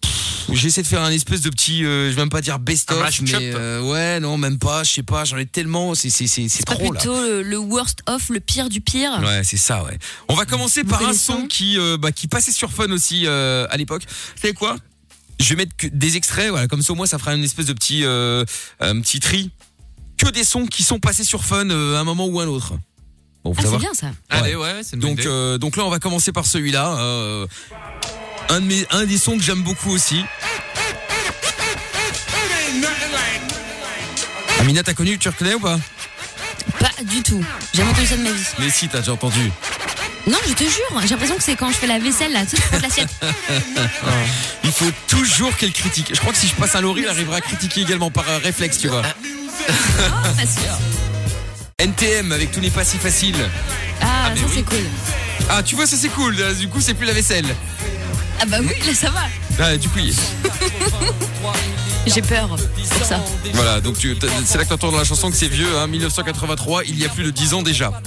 Speaker 1: Pff, J'ai essayé de faire un espèce de petit, euh, je vais même pas dire
Speaker 4: Un
Speaker 1: best-of, mais
Speaker 4: mash-up.
Speaker 1: euh, ouais, non, même pas, je sais pas, j'en ai tellement, c'est c'est- c'est- c'est
Speaker 8: C'est pas
Speaker 1: trop là.
Speaker 8: plutôt le, le worst of, le pire du pire
Speaker 1: Ouais, c'est ça, ouais. On va commencer
Speaker 8: Ah. Vous
Speaker 1: par un
Speaker 8: connaissez
Speaker 1: son qui, euh, bah, qui passait sur Fun aussi euh, à l'époque. Vous savez quoi Je vais mettre que des extraits, voilà, comme ça au moins ça fera une espèce de petit, euh, un petit tri. Que des sons qui sont passés sur Fun euh, à un moment ou un autre. Bon, faut
Speaker 8: Ah, c'est
Speaker 1: savoir.
Speaker 8: bien ça.
Speaker 4: Allez, ouais, c'est une bonne
Speaker 1: Donc,
Speaker 4: idée.
Speaker 1: euh, donc là, on va commencer par celui-là. euh, un, de mes- un des sons que j'aime beaucoup aussi. Amina, t'as connu, tu reconnais ou pas
Speaker 8: Pas du tout. J'ai jamais entendu ça de ma vie.
Speaker 1: Mais si, t'as déjà entendu.
Speaker 8: Non, je te jure, j'ai l'impression que c'est quand je fais la vaisselle là, tu sais, tu frottes l'assiette.
Speaker 1: Il faut toujours qu'elle critique. Je crois que si je passe un lorry, elle arrivera à critiquer également par euh, réflexe, tu vois.
Speaker 8: Oh,
Speaker 1: Ah,
Speaker 8: pas sûr.
Speaker 1: NTM avec tous les pas si faciles.
Speaker 8: Ah,
Speaker 1: mais
Speaker 8: ça
Speaker 1: oui.
Speaker 8: c'est cool.
Speaker 1: Ah, tu vois, ça c'est cool. Euh, Du coup, c'est plus la vaisselle.
Speaker 8: Ah bah oui, là ça va.
Speaker 1: Ah, du coup, il-
Speaker 8: J'ai peur pour ça.
Speaker 1: voilà. Donc, tu- t'as- c'est là que t'entends dans la chanson que c'est vieux, hein, 1983, il y a plus de 10 ans déjà.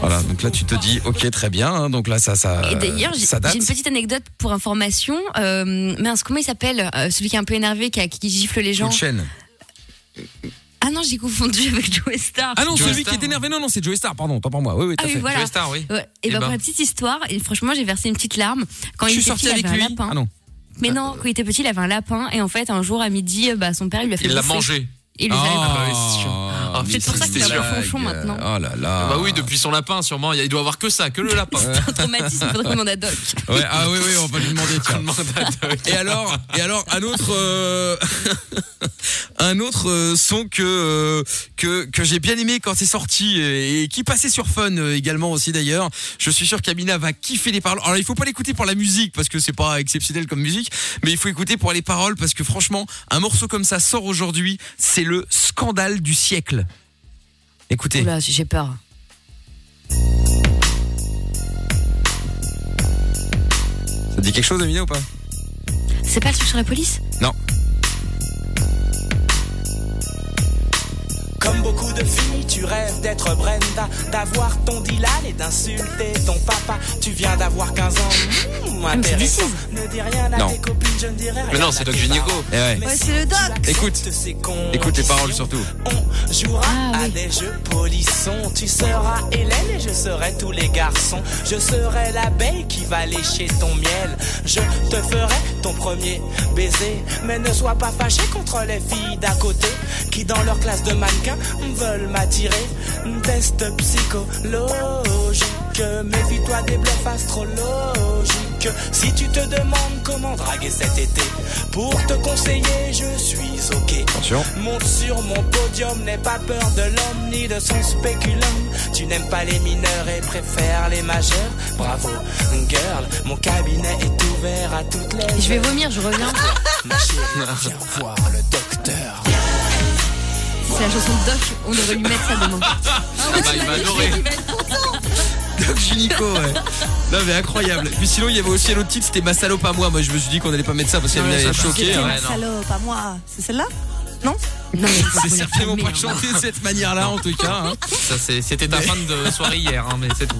Speaker 1: Voilà. Donc là, tu te dis, ok, très bien. hein, donc là, ça, ça,
Speaker 8: Et d'ailleurs, j'ai
Speaker 1: ça date.
Speaker 8: j'ai une petite anecdote pour information. Euh, mince, comment il s'appelle euh, Celui qui est un peu énervé, qui, a- qui gifle les
Speaker 1: Coup
Speaker 8: gens.
Speaker 1: de chaîne.
Speaker 8: Ah non, j'ai confondu avec Joe Star.
Speaker 1: Ah non,
Speaker 4: Joey
Speaker 1: celui
Speaker 4: Star,
Speaker 1: qui est énervé. Non, non, c'est Joey Star. Pardon, pas pour moi. Oui, oui,
Speaker 8: Ah
Speaker 1: t'as
Speaker 8: oui,
Speaker 1: fait.
Speaker 8: voilà.
Speaker 4: Joey Star, oui.
Speaker 8: Ouais, et
Speaker 4: Eh
Speaker 8: ben,
Speaker 4: ben.
Speaker 8: pour la hein. petite histoire, et franchement j'ai versé une petite larme quand
Speaker 1: Je
Speaker 8: il
Speaker 1: suis
Speaker 8: était
Speaker 1: sorti
Speaker 8: petit, il
Speaker 1: avec
Speaker 8: avait
Speaker 1: lui.
Speaker 8: un lapin.
Speaker 1: Ah non.
Speaker 8: Mais non, quand il était petit, il avait un lapin et en fait, un jour à midi, euh, bah, son père il lui a fait.
Speaker 4: Il l'a
Speaker 8: bouffer.
Speaker 4: mangé.
Speaker 8: Et il les a-
Speaker 4: Ah,
Speaker 8: C'est pour ça
Speaker 4: c'était
Speaker 8: qu'il a
Speaker 4: sûr.
Speaker 8: un fonchon maintenant.
Speaker 1: Oh là là.
Speaker 4: Bah oui, depuis son lapin, sûrement. Il doit avoir que ça, que le lapin.
Speaker 8: Un traumatisme, il faudrait qu'on demande à Doc.
Speaker 1: Ouais, ah oui, oui, on va lui demander, tiens. Et alors, et alors, un autre, euh, un autre euh, son que euh, que que j'ai bien aimé quand c'est sorti et, et qui passait sur Fun euh, également aussi d'ailleurs. Je suis sûr qu'Amina va kiffer les paroles. Alors il faut pas l'écouter pour la musique parce que c'est pas exceptionnel comme musique, mais il faut écouter pour les paroles parce que franchement, un morceau comme ça sort aujourd'hui, c'est le scandale du siècle. Écoutez.
Speaker 8: Oula, j'ai peur.
Speaker 1: Ça te dit quelque chose, Amina, ou pas
Speaker 8: C'est pas le truc sur la police
Speaker 1: Non.
Speaker 9: Comme beaucoup de filles, tu rêves d'être Brenda, d'avoir ton Dylan et d'insulter ton papa. Tu viens d'avoir 15
Speaker 2: Ah,
Speaker 9: ans. Mmh,
Speaker 8: mais c'est
Speaker 9: intéressant.
Speaker 8: This
Speaker 9: Ne dis rien à
Speaker 1: Non.
Speaker 9: tes copines, je ne dirai rien.
Speaker 4: Mais non,
Speaker 9: à
Speaker 4: c'est Doc
Speaker 9: tes
Speaker 4: Gynéco.
Speaker 9: parents.
Speaker 1: Eh ouais.
Speaker 9: Mais
Speaker 2: Ouais,
Speaker 9: si
Speaker 2: c'est le
Speaker 9: tu
Speaker 2: doc.
Speaker 9: l'acceptes,
Speaker 1: Écoute.
Speaker 9: ces
Speaker 1: Écoute les paroles
Speaker 9: conditions,
Speaker 1: surtout.
Speaker 9: On jouera
Speaker 8: Ah,
Speaker 9: à
Speaker 8: oui.
Speaker 9: des jeux polissons. Tu seras Hélène et je serai tous les garçons. Je serai l'abeille qui va lécher ton miel. Je te ferai ton premier baiser. Mais ne sois pas fâché contre les filles d'à côté qui, dans leur classe de mannequin, veulent m'attirer. Test psychologique. Méfie-toi des bluffs astrologiques. Si tu te demandes comment draguer cet été, pour te conseiller, je suis OK.
Speaker 1: Attention.
Speaker 9: Monte sur mon podium, n'aie pas peur de l'homme ni de son spéculum. Tu n'aimes pas les mineurs et préfères les majeurs. Bravo, girl, mon cabinet est ouvert à toutes les.
Speaker 8: Je vais vomir, je reviens.
Speaker 9: Ma chérie, viens voir le docteur.
Speaker 8: C'est la chanson de Doc, on devrait lui mettre ça demain.
Speaker 4: bah, il va adorer.
Speaker 1: Doc Gynéco, ouais. Non, mais incroyable. Puis sinon, il y avait aussi un autre titre, c'était Ma salope à moi. Moi, je me suis dit qu'on allait pas mettre ça parce qu'elle
Speaker 4: Ouais,
Speaker 1: m'avait
Speaker 4: ça va.
Speaker 1: choqué.
Speaker 4: C'était
Speaker 1: hein.
Speaker 4: Ouais, non.
Speaker 2: Salaud, pas moi. C'est celle-là Non
Speaker 8: Non, mais
Speaker 1: C'est
Speaker 8: vous la
Speaker 1: certainement
Speaker 8: fermez,
Speaker 1: pas
Speaker 8: hein.
Speaker 1: chanté de cette manière-là, en tout cas. hein.
Speaker 4: Ça, c'est- C'était ta fin de soirée hier, hein, mais c'est tout.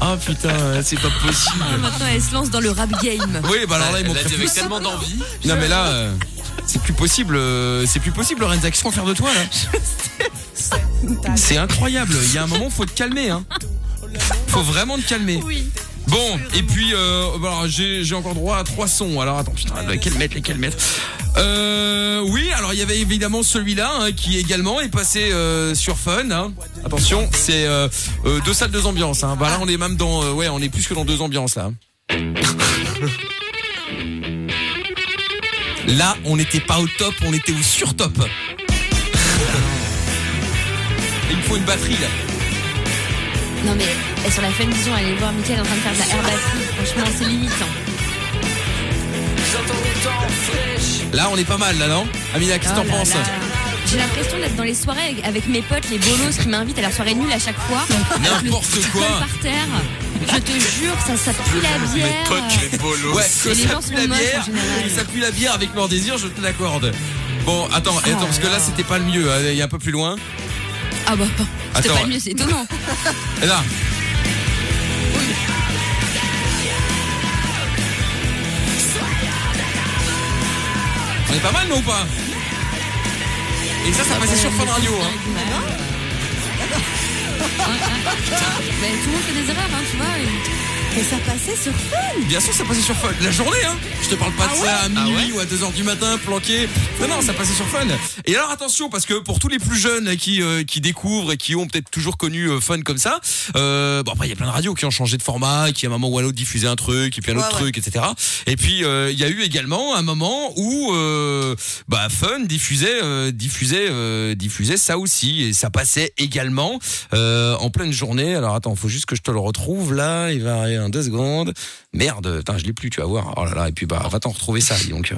Speaker 1: Ah putain, ouais, c'est pas possible.
Speaker 8: Maintenant, elle se lance dans le rap game.
Speaker 1: Oui, bah alors là, ils
Speaker 4: Elle
Speaker 1: m'ont
Speaker 4: l'a
Speaker 1: fait
Speaker 4: dit avec
Speaker 1: pousser.
Speaker 4: tellement d'envie.
Speaker 1: Non, mais là, euh, c'est plus possible. euh, C'est plus possible, Lorenza. Qu'est-ce qu'on va faire de toi, là C'est incroyable. Il y a un moment, faut te calmer. Hein. Faut vraiment te calmer.
Speaker 8: Oui.
Speaker 1: Bon, et puis, euh, bah, alors, j'ai j'ai encore droit à trois sons. Alors, attends, putain, quel mettre, lesquels mettre euh, Oui, alors il y avait évidemment celui-là hein, qui également est passé euh, sur Fun. hein. Attention, c'est euh, euh, deux salles, deux ambiances. Hein. Bah, là, on est même dans, euh, ouais, on est plus que dans deux ambiances là. Là, on n'était pas au top, on était au surtop. Il me faut une batterie là.
Speaker 8: Non, mais elle, sur la fin vision, allez voir Mickaël en train de faire de la air batterie. Franchement, c'est limite. hein.
Speaker 1: Là, on est pas mal là, non Amina, qu'est-ce que
Speaker 8: Oh
Speaker 1: t'en
Speaker 8: là
Speaker 1: penses
Speaker 8: là. J'ai l'impression d'être dans les soirées avec- avec mes potes, les bolos qui m'invitent à leur soirée nulle à chaque fois. Avec le
Speaker 1: N'importe
Speaker 8: col
Speaker 1: quoi.
Speaker 8: par terre. Je te jure, ça, ça pue la bière.
Speaker 4: bolos.
Speaker 1: Ouais,
Speaker 8: Et
Speaker 1: que
Speaker 8: les
Speaker 1: ça
Speaker 8: gens
Speaker 1: pue
Speaker 8: sont
Speaker 1: la
Speaker 8: moches,
Speaker 1: bière,
Speaker 8: en général.
Speaker 1: que ça pue la bière avec Mort Désir, je te l'accorde. Bon, attends, attends, parce que là, c'était pas le mieux, hein, il y a un peu plus loin.
Speaker 8: Ah bah, c'était
Speaker 1: Attends. Ah,
Speaker 8: pas le mieux, c'est étonnant.
Speaker 1: Et là. On est pas mal, non ou pas Et ça, ça
Speaker 8: Ah
Speaker 1: passait sur Fun Radio, hein.
Speaker 8: Mais ah, Bah, tout le monde fait des erreurs, hein, tu vois.
Speaker 2: Et ça passait sur Fun
Speaker 1: Bien sûr, ça passait sur Fun. La journée, hein. Je te parle pas de
Speaker 2: Ah
Speaker 1: ça à minuit ou à 2h du matin, planqué. Non, non, ça passait sur Fun. Et alors, attention, parce que pour tous les plus jeunes qui, euh, qui découvrent et qui ont peut-être toujours connu euh, Fun comme ça, euh, bon, après, il y a plein de radios qui ont changé de format, qui à un moment ou à l'autre diffusaient un truc, et puis un autre
Speaker 2: Ouais, ouais.
Speaker 1: truc, etc. Et puis, euh, il y a eu également un moment où, euh, bah, Fun diffusait, euh, diffusait, euh, diffusait ça aussi. Et ça passait également, euh, en pleine journée. Alors, attends, faut juste que je te le retrouve, là. Il va arriver en deux secondes. Merde, putain, je l'ai plus, tu vas voir. Oh là là, et puis bah, va t'en retrouver ça, dis donc. euh.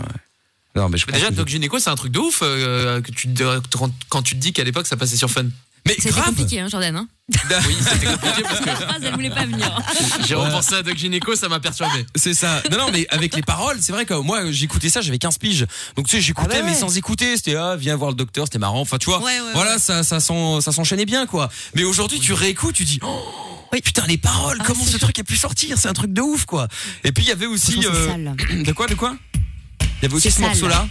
Speaker 1: Non, mais Ah, je
Speaker 4: Mais
Speaker 1: pense
Speaker 4: déjà,
Speaker 1: que-
Speaker 4: Doc Gynéco, c'est un truc de ouf euh, que tu te- te rends- quand tu te dis qu'à l'époque ça passait sur Fun.
Speaker 1: Mais
Speaker 8: C'était
Speaker 1: grave Bah
Speaker 8: compliqué, hein, Jordan. Hein.
Speaker 4: Oui, c'était compliqué parce
Speaker 8: La phrase, elle voulait pas venir. Oh
Speaker 4: que j'ai repensé à Doc Gynéco, ça m'a perturbé.
Speaker 1: C'est ça. Non, non, mais avec les paroles, c'est vrai que moi, j'écoutais ça, j'avais 15 piges. Donc, tu sais, j'écoutais,
Speaker 2: Ah bah ouais.
Speaker 1: mais sans écouter. C'était, ah, viens voir le docteur, c'était marrant. Enfin, tu vois,
Speaker 2: Ouais, ouais,
Speaker 1: voilà, ça, ça, s'en- ça s'enchaînait bien, quoi. Mais aujourd'hui, tu réécoutes, tu dis, oh, putain, les paroles, comment ce truc a pu sortir C'est un truc de ouf, quoi. Et puis, il y avait aussi.
Speaker 8: Franchement, c'est
Speaker 1: euh,
Speaker 8: sale.
Speaker 1: de quoi, de quoi Il y avait aussi
Speaker 8: C'est
Speaker 1: ce
Speaker 8: sale.
Speaker 1: morceau-là.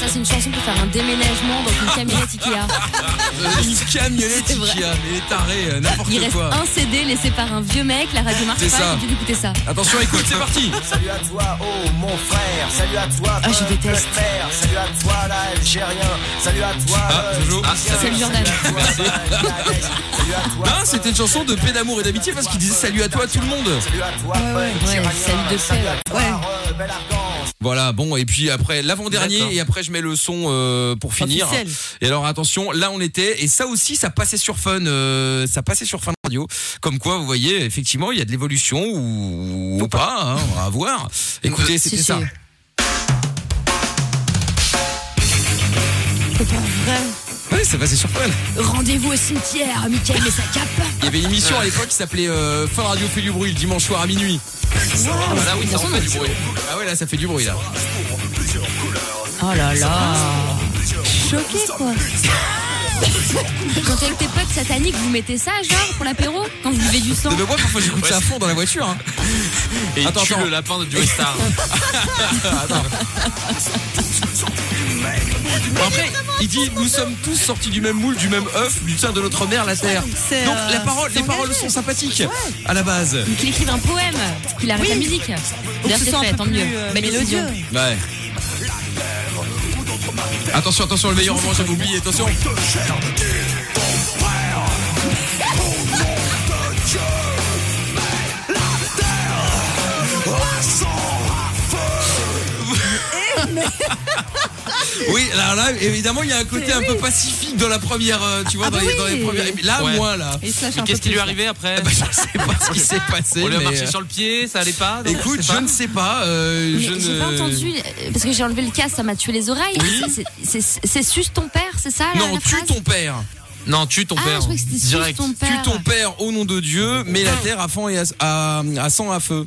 Speaker 8: Ça, c'est une chanson pour faire un déménagement dans une camionnette Ikea.
Speaker 1: Une camionnette
Speaker 8: C'est vrai.
Speaker 1: Ikea, mais les tarés, euh, n'importe
Speaker 8: Il reste
Speaker 1: quoi.
Speaker 8: un CD laissé par un vieux mec, la radio marche
Speaker 1: C'est ça.
Speaker 8: pas, j'ai dû écouter ça.
Speaker 1: Attention, écoute, c'est parti.
Speaker 9: Salut à toi, oh mon frère. Salut à toi,
Speaker 8: Ah, je
Speaker 9: peuple
Speaker 8: déteste.
Speaker 9: frère. Salut à toi, l'Algérien. Salut à toi,
Speaker 1: Ah,
Speaker 9: euh,
Speaker 1: Jojo. Ah,
Speaker 9: Tunisien.
Speaker 8: salut. Salut,
Speaker 9: Salut à toi, Bangladesh. Salut à toi,
Speaker 1: Non, Ben, c'était une chanson de paix d'amour et d'amitié parce qu'il disait salut à toi tout le monde.
Speaker 9: Salut à toi,
Speaker 8: Ouais, ouais,
Speaker 9: peuple
Speaker 8: ouais,
Speaker 9: iranien.
Speaker 8: salut de
Speaker 9: Salut
Speaker 8: paix,
Speaker 9: à toi, euh, bel argan.
Speaker 1: Voilà, bon, et puis après, l'avant-dernier,
Speaker 4: D'accord.
Speaker 1: et après je mets le son euh, pour finir.
Speaker 2: Officiel.
Speaker 1: Et alors attention, là on était, et ça aussi, ça passait sur Fun, euh, ça passait sur Fun Radio. Comme quoi, vous voyez, effectivement, il y a de l'évolution ou, ou pas, hein, on va voir. Écoutez,
Speaker 8: Si,
Speaker 1: c'était
Speaker 8: si.
Speaker 1: ça.
Speaker 8: C'est pas vrai.
Speaker 1: Ouais, ça passait sur Fun.
Speaker 8: Rendez-vous au cimetière, Michael et sa cape.
Speaker 1: Il y avait une émission à l'époque qui s'appelait euh, Fun Radio fait du bruit le dimanche soir à minuit. Ah bah là, oui, ça en fait du bruit. Ah ouais, là, ça fait du bruit là.
Speaker 8: Oh là là Choqué quoi Quand t'es avec tes potes sataniques, vous mettez ça genre pour l'apéro Quand vous buvez du sang
Speaker 1: Mais moi, parfois, j'écoute
Speaker 4: Ouais,
Speaker 1: ça à
Speaker 4: c'est-
Speaker 1: fond dans la voiture. hein.
Speaker 4: Et
Speaker 1: Attends,
Speaker 4: il tue
Speaker 1: attends.
Speaker 4: le lapin du Star.
Speaker 1: Bon, Après, il dit nous sommes tous sortis du même moule, du même œuf, du sein de notre mère la terre. Donc
Speaker 2: c'est, euh,
Speaker 1: la parole, les paroles sont sympathiques à la base.
Speaker 8: Mais Qu'il écrive un poème, qu'il arrête la musique. D'ailleurs,
Speaker 2: ce
Speaker 8: c'est
Speaker 2: soit un
Speaker 8: fait,
Speaker 2: peu
Speaker 8: tant
Speaker 2: plus,
Speaker 8: mieux. Bah,
Speaker 2: euh,
Speaker 8: Belle
Speaker 2: mélodieux.
Speaker 8: décision.
Speaker 1: Ouais. Attention, attention, le meilleur moment, j'avais oublié, attention. Oui, là, là, évidemment, il y a un côté un peu pacifique dans la première, euh, tu vois,
Speaker 8: Ah
Speaker 1: dans,
Speaker 8: bah
Speaker 1: les, dans les
Speaker 8: oui.
Speaker 1: premières. Là,
Speaker 4: Ouais.
Speaker 1: moi, là.
Speaker 2: Et ça, je suis un
Speaker 4: Qu'est-ce
Speaker 2: peu
Speaker 4: qui lui est
Speaker 2: plus-
Speaker 4: arrivé après
Speaker 1: Bah, je sais pas ce qui s'est passé.
Speaker 4: On lui a
Speaker 1: mais,
Speaker 4: marché
Speaker 1: euh,
Speaker 4: sur le pied, ça allait pas non,
Speaker 1: Écoute,
Speaker 4: je sais
Speaker 1: je
Speaker 4: pas.
Speaker 1: ne sais pas. euh,
Speaker 8: Mais
Speaker 1: je
Speaker 8: J'ai
Speaker 1: ne-
Speaker 8: pas entendu, euh, parce que j'ai enlevé le casque, ça m'a tué les oreilles.
Speaker 1: Oui.
Speaker 8: C'est- c'est- C'est c'est suce ton père, c'est ça la,
Speaker 1: Non,
Speaker 8: la
Speaker 1: tue
Speaker 8: phrase
Speaker 1: ton père.
Speaker 4: Non, tue ton
Speaker 8: Ah,
Speaker 4: père.
Speaker 8: je croyais que c'était suce
Speaker 4: Direct.
Speaker 8: ton père.
Speaker 1: Tue ton père au nom de Dieu, mets la terre à fond et à, à, à sang à feu.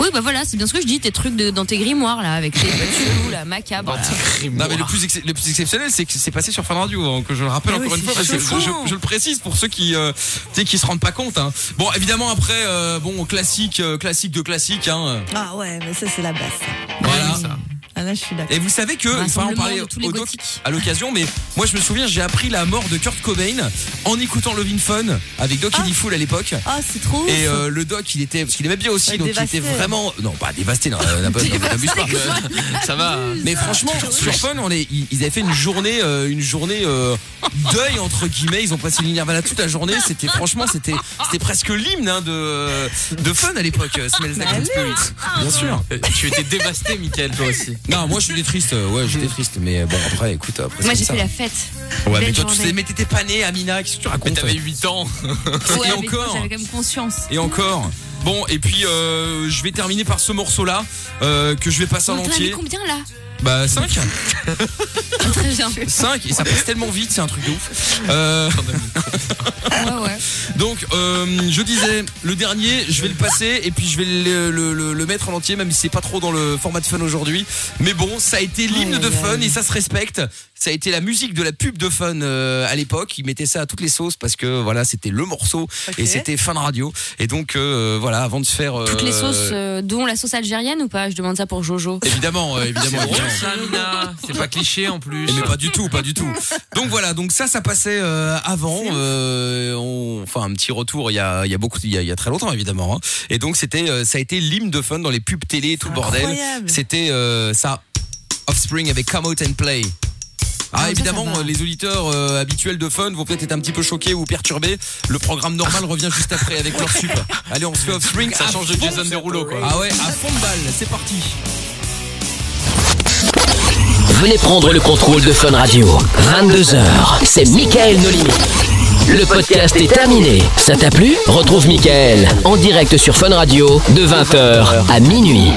Speaker 8: Oui, bah voilà, c'est bien ce que je dis, tes trucs de- dans tes grimoires là, avec tes tuyaux là, macabre.
Speaker 1: Bah,
Speaker 8: là.
Speaker 1: Non, mais le plus, ex- le plus exceptionnel, c'est que c'est passé sur Fun Radio, hein, que je le rappelle
Speaker 2: Ah
Speaker 1: encore
Speaker 2: oui,
Speaker 1: une
Speaker 2: c'est
Speaker 1: fois, parce que je,
Speaker 2: choquant.
Speaker 1: je- je le précise pour ceux qui, euh, tu sais, qui se rendent pas compte. hein. Bon, évidemment, après, euh, bon, classique, euh, classique de classique. Hein,
Speaker 2: Ah ouais, mais ça, c'est la base.
Speaker 1: voilà.
Speaker 2: Ah là, je suis d'accord.
Speaker 1: Et vous savez que,
Speaker 8: Rassemblement
Speaker 1: enfin, on parlait
Speaker 8: de tous les
Speaker 1: au doc
Speaker 8: gothiques.
Speaker 1: à l'occasion, mais moi je me souviens, j'ai appris la mort de Kurt Cobain en écoutant Lovin' Fun avec Doc
Speaker 2: Ah.
Speaker 1: Fool à l'époque.
Speaker 2: Ah, c'est trop ouf.
Speaker 1: Et euh, le doc, il était, parce qu'il aimait bien aussi,
Speaker 2: Ouais,
Speaker 1: donc
Speaker 2: dévasté.
Speaker 1: il était vraiment, non, pas dévasté, non, euh, n'a pas- non, n'abuse pas.
Speaker 4: Ça va.
Speaker 1: Mais franchement, sur Fun, on est, ils ils avaient fait une journée, euh, une journée euh, deuil entre guillemets. Ils ont passé l'Inervana toute la journée. C'était franchement, c'était, c'était presque l'hymne hein, de de Fun à l'époque. euh, Smells like Teen Spirit. Bien sûr.
Speaker 4: Euh, Tu étais dévasté, Michael, toi aussi.
Speaker 1: Non, moi je suis triste. euh, Ouais, j'étais triste, mais bon après, écoute, après
Speaker 8: Moi
Speaker 1: c'est
Speaker 8: j'ai
Speaker 1: comme ça.
Speaker 8: fait la fête.
Speaker 1: Ouais, mais
Speaker 8: belle
Speaker 1: toi, tu
Speaker 8: journée.
Speaker 1: sais, mais t'étais pas né, Amina. Qu'est-ce que tu
Speaker 4: Mais
Speaker 1: racontes
Speaker 4: t'avais 8 ans.
Speaker 1: Et
Speaker 8: Ouais, mais
Speaker 1: encore.
Speaker 8: J'avais quand même conscience.
Speaker 1: Et encore. Bon, et puis euh, je vais terminer par ce morceau-là euh, que je vais passer en
Speaker 8: Donc, t'en as mis
Speaker 1: entier.
Speaker 8: combien là
Speaker 1: Bah 5
Speaker 8: Très bien.
Speaker 1: 5 et ça passe tellement vite, c'est un truc de ouf. Euh,
Speaker 8: Ouais, ouais.
Speaker 1: Donc, euh, je disais, le dernier, je vais le passer et puis je vais le, le- le- le mettre en entier, même si c'est pas trop dans le format de fun aujourd'hui. Mais bon, ça a été l'hymne de fun et ça se respecte. Ça a été la musique de la pub de fun euh, à l'époque. Ils mettaient ça à toutes les sauces parce que voilà, c'était le morceau et c'était fun radio. Et donc, euh, voilà, avant de se faire. euh,
Speaker 8: Toutes les sauces, euh, dont la sauce algérienne ou pas Je demande ça pour Jojo.
Speaker 1: Évidemment, euh, évidemment,
Speaker 4: Bon,
Speaker 1: évidemment.
Speaker 4: ça, Mina. C'est pas cliché en plus.
Speaker 1: Eh, Mais pas du tout, pas du tout. Donc voilà, donc ça, ça passait euh, avant. euh, on, enfin, un petit retour il y a, il y a beaucoup, il y a, il y a très longtemps évidemment. hein. Et donc c'était, euh, ça a été l'hymne de fun dans les pubs télé, et tout le bordel.
Speaker 2: Incroyable.
Speaker 1: C'était euh, ça. Offspring avec Come Out and Play. Ah, évidemment, euh, les auditeurs euh, habituels de Fun vont peut-être être un petit peu choqués ou perturbés. Le programme normal revient juste après avec leur sup. Allez, on se fait Offspring.
Speaker 4: Ça
Speaker 1: à
Speaker 4: change de
Speaker 1: fond.
Speaker 4: Jason Derulo, quoi.
Speaker 1: Ah ouais, à fond de balle. C'est parti.
Speaker 3: Venez prendre le contrôle de Fun Radio. 22h, c'est Michael Nolimi. Le podcast est terminé. Ça t'a plu Retrouve Michael en direct sur Fun Radio de 20h à minuit.